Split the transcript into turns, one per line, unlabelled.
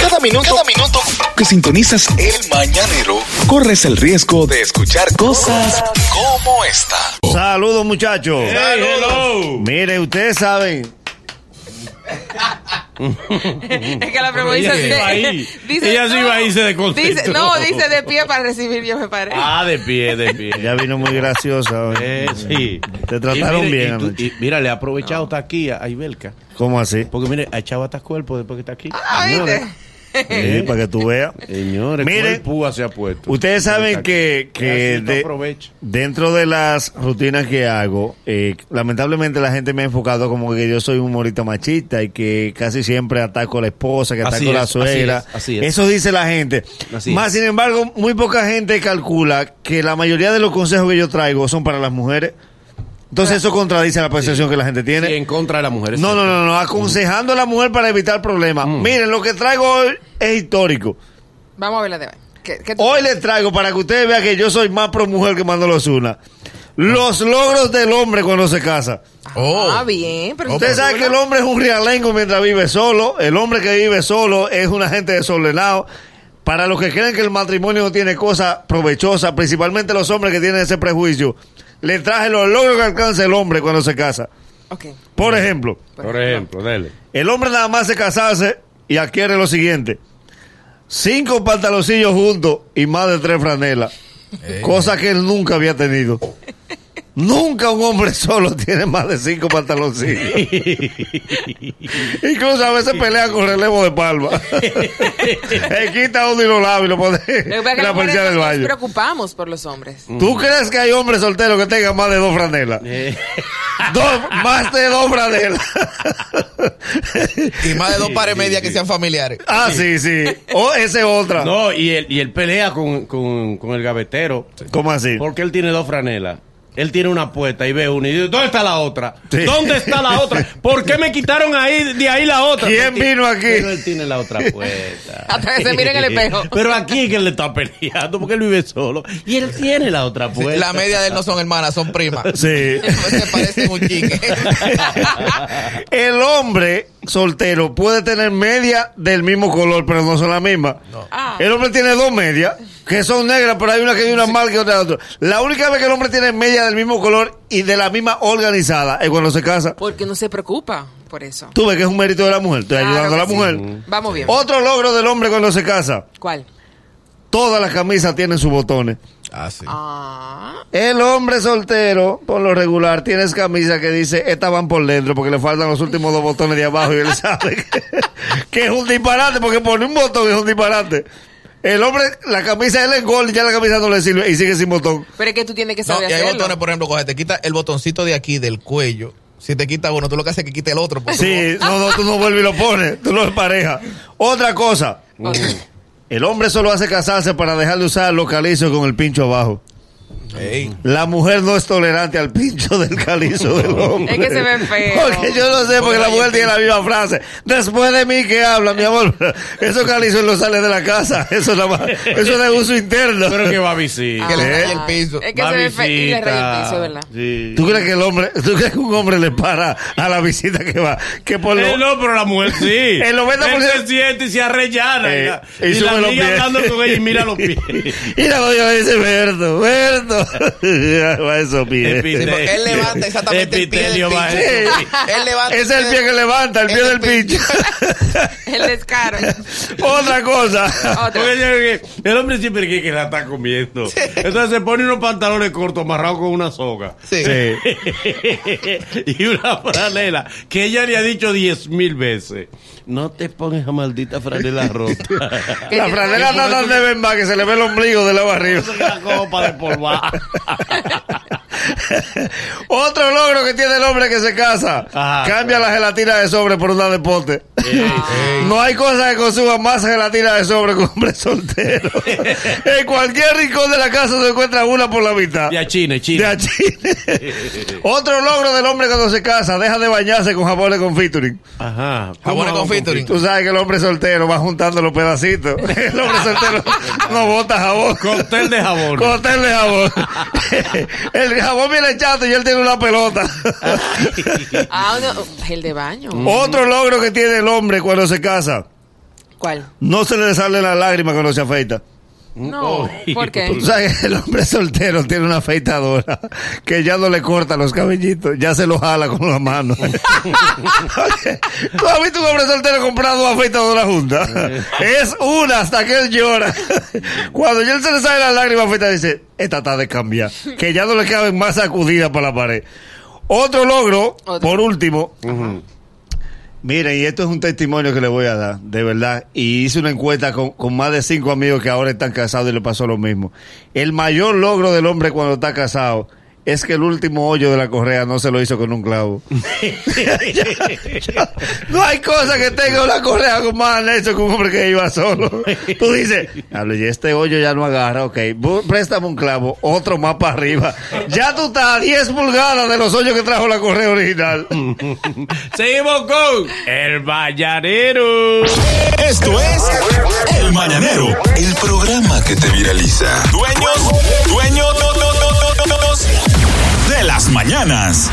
Cada minuto, cada minuto que sintonizas el mañanero, corres el riesgo de escuchar cosas como esta.
Saludos, muchachos.
Eh.
Mire, ustedes saben.
es que la pregunta
Ella se
dice,
iba ahí.
dice-
Ella se iba ahí y se desconcentró.
dice- no, dice de pie para recibir, yo me paré.
Ah, de pie, de pie.
Ya vino muy graciosa hoy.
Eh, sí.
Te trataron
Y mire,
bien
y tú-
anoche.
y mira, le ha aprovechado, está aquí a a Ibelka.
¿Cómo así?
Porque mire, ha echado hasta cuerpo después que está aquí.
Ah,
Señores,
¿viste?
Eh.
Sí, para que tú veas.
Señores,
Mire,
mire, púa se ha puesto.
Ustedes saben
Está
que,
aquí.
que
Así no
de-
aprovecha.
dentro de las rutinas que hago, eh, lamentablemente la gente me ha enfocado como que yo soy un humorista machista y que casi siempre ataco a la esposa, que ataco
Así
a la
es, así
suegra.
es, así es.
Eso dice la gente.
Así
Más
es.
sin embargo, muy poca gente calcula que la mayoría de los consejos que yo traigo son para las mujeres. Entonces eso contradice la percepción que la gente tiene.
Sí, en contra de las mujeres.
No,
sí.
no, no, no, aconsejando a la mujer para evitar problemas. Miren, lo que traigo hoy es histórico.
Vamos a ver la de hoy. ¿Qué- qué tú-
Hoy les traigo para que ustedes vean que yo soy más pro mujer que Manolo Osuna. Los logros del hombre cuando se casa. Oh.
Ah, bien, pero
Ustedes saben que el hombre es un realengo mientras vive solo. El hombre que vive solo es un agente desordenado. Para los que creen que el matrimonio no tiene cosas provechosas, principalmente los hombres que tienen ese prejuicio, les traje los logros que alcanza el hombre cuando se casa.
Ok.
Por ejemplo,
Por ejemplo, dele.
el hombre nada más se casarse y adquiere lo siguiente: cinco pantaloncillos juntos y más de tres franelas. Cosa que él nunca había tenido. Nunca un hombre solo tiene más de cinco pantaloncillos. Incluso a veces pelea con relevo de palma. Le quita uno y lo lava y lo pone
Lo que
en
pasa es
la
que las mujeres
persiana del
nos
baño.
preocupamos por los hombres.
¿Tú crees que hay hombres solteros que tengan más de dos franelas?
Eh.
Dos, más de dos franelas.
Y más de dos pares medias que sean familiares.
Ah, sí, sí. O esa es otra.
No, y él, y él pelea con, con, con el gavetero.
¿Cómo así?
Porque él tiene dos franelas. Él tiene una puesta y ve una y dice, ¿dónde está la otra?
Sí.
¿Dónde está la otra? ¿Por qué me quitaron ahí de ahí la otra?
¿Quién
Pero
vino
ti-
aquí?
Pero él tiene la otra puesta.
Hasta que se mire en el espejo.
Pero aquí es que él le está peleando porque él vive solo. Y él tiene la otra puesta.
La media de él no son hermanas, son primas.
Sí.
Pues Se parecen un chique.
El hombre soltero puede tener media del mismo color, pero no son las mismas.
Ah.
El hombre tiene dos medias, que son negras, pero hay una que hay una mal que otra otra. La única vez que el hombre tiene media del mismo color y de la misma organizada es cuando se casa.
Porque no se preocupa por eso.
Tú ves que es un mérito de la mujer, estoy
Claro
ayudando a la
que sí.
mujer. Oh.
Vamos bien.
Otro logro del hombre cuando se casa,
¿Cuál?
todas las camisas tienen sus botones.
Ah, sí.
Ah.
El hombre soltero, por lo regular, tienes camisa que dice, estas van por dentro porque le faltan los últimos dos botones de abajo y él sabe que, que es un disparate porque pone un botón es un disparate. El hombre, la camisa él es gol y ya la camisa no le sirve y sigue sin botón.
Pero es que tú tienes que
No,
saber
y hay
hacerlo.
botones, por ejemplo, coge, te quita el botoncito de aquí del cuello. Si te quita uno, tú lo que haces es que quita el otro. porque
Sí, no, no, tú no vuelves y lo pones, tú lo pareja. Otra cosa,
Mm.
el hombre solo hace casarse para dejar de usar los calizos con el pincho abajo.
como- Ey.
La mujer no es tolerante al pincho del calizo del hombre.
Es que se ve feo.
Porque yo no sé, porque la mujer tiene la misma frase. Después de mí que habla, mi amor. Eso calizo no sale de la casa. Eso nada más. Eso es de uso interno.
Pero que va a visitar.
Que le
¿Eh?
raye el piso.
Ah. Es que se ve feo. Y le raya el piso, ¿verdad?
Sí.
¿Tú crees que el hombre, tú crees que un hombre le para a la visita que va? Que por lo,
Él Eh, no, pero la mujer sí.
El 90%
Él se siente y se arrellana.
Eh,
y la,
y
y la
sube los
amiga
pies.
hablando con ella y mira los pies.
Mira lo que dice Berto, Berto. Va eso, pie.
Epite-
porque él levanta exactamente el pie del
Epitelio va
pincho.
eso.
Sí.
Él levanta.
Es el pie que levanta, el pie
Ese
del
pie.
pincho.
El descaro.
Otra cosa.
Otra.
Porque ella- el hombre siempre quiere que la está comiendo. Entonces se pone unos pantalones cortos amarrados con una soga.
Sí.
Sí.
y una franela que ella le ha dicho diez mil veces. No te pongas esa maldita franela rota.
Que
La
tiene-
franela está tan de bemba que se le ve el ombligo de la barriga.
Eso es una copa de polvar.
Otro logro que tiene el hombre que se casa.
Ajá.
Cambia la gelatina de sobre por una de pote. No hay cosa que consuma más gelatina de sobre que un hombre soltero. en cualquier rincón de la casa se encuentra una por la mitad.
De a China,
De
China.
allí. Otro logro del hombre cuando se casa, deja de bañarse con jabones con featuring.
Ajá.
Jabones con featuring.
Tú sabes que el hombre soltero va juntando los pedacitos. El hombre soltero no bota jabón.
Cóctel de jabón.
Cóctel de jabón. el jabón viene chato y él tiene una pelota.
Ah, no, el de baño.
Oh. Otro logro que tiene el hombre cuando se casa.
¿Cuál?
No se le sale la lágrima cuando se afeita.
No, ¿por qué?
Tú sabes que el hombre soltero tiene una afeitadora que ya no le corta los cabellitos, ya se los jala con la mano. ¿Tú has visto un hombre soltero comprar dos afeitadoras juntas? Es una hasta que él llora. Cuando ya él se le sale la lágrima afeitada, dice, esta está de cambiar, que ya no le caben más sacudidas para la pared. Otro logro,
Otro.
por último, Miren, y esto es un testimonio que le voy a dar, de verdad. Y hice una encuesta con, con más de cinco amigos que ahora están casados y le pasó lo mismo. El mayor logro del hombre cuando está casado es que el último hoyo de la correa no se lo hizo con un clavo. No hay cosa que tenga una correa con más anexo que un hombre que iba solo. Tú dices, "Hablo, y este hoyo ya no agarra, ok, bu- préstame un clavo, otro más para arriba. Ya tú estás a 10 pulgadas de los hoyos que trajo la correa original.
Seguimos con el ballanero.
Esto es El Mañanero, el programa que te viraliza. Dueños, dueños, de las mañanas.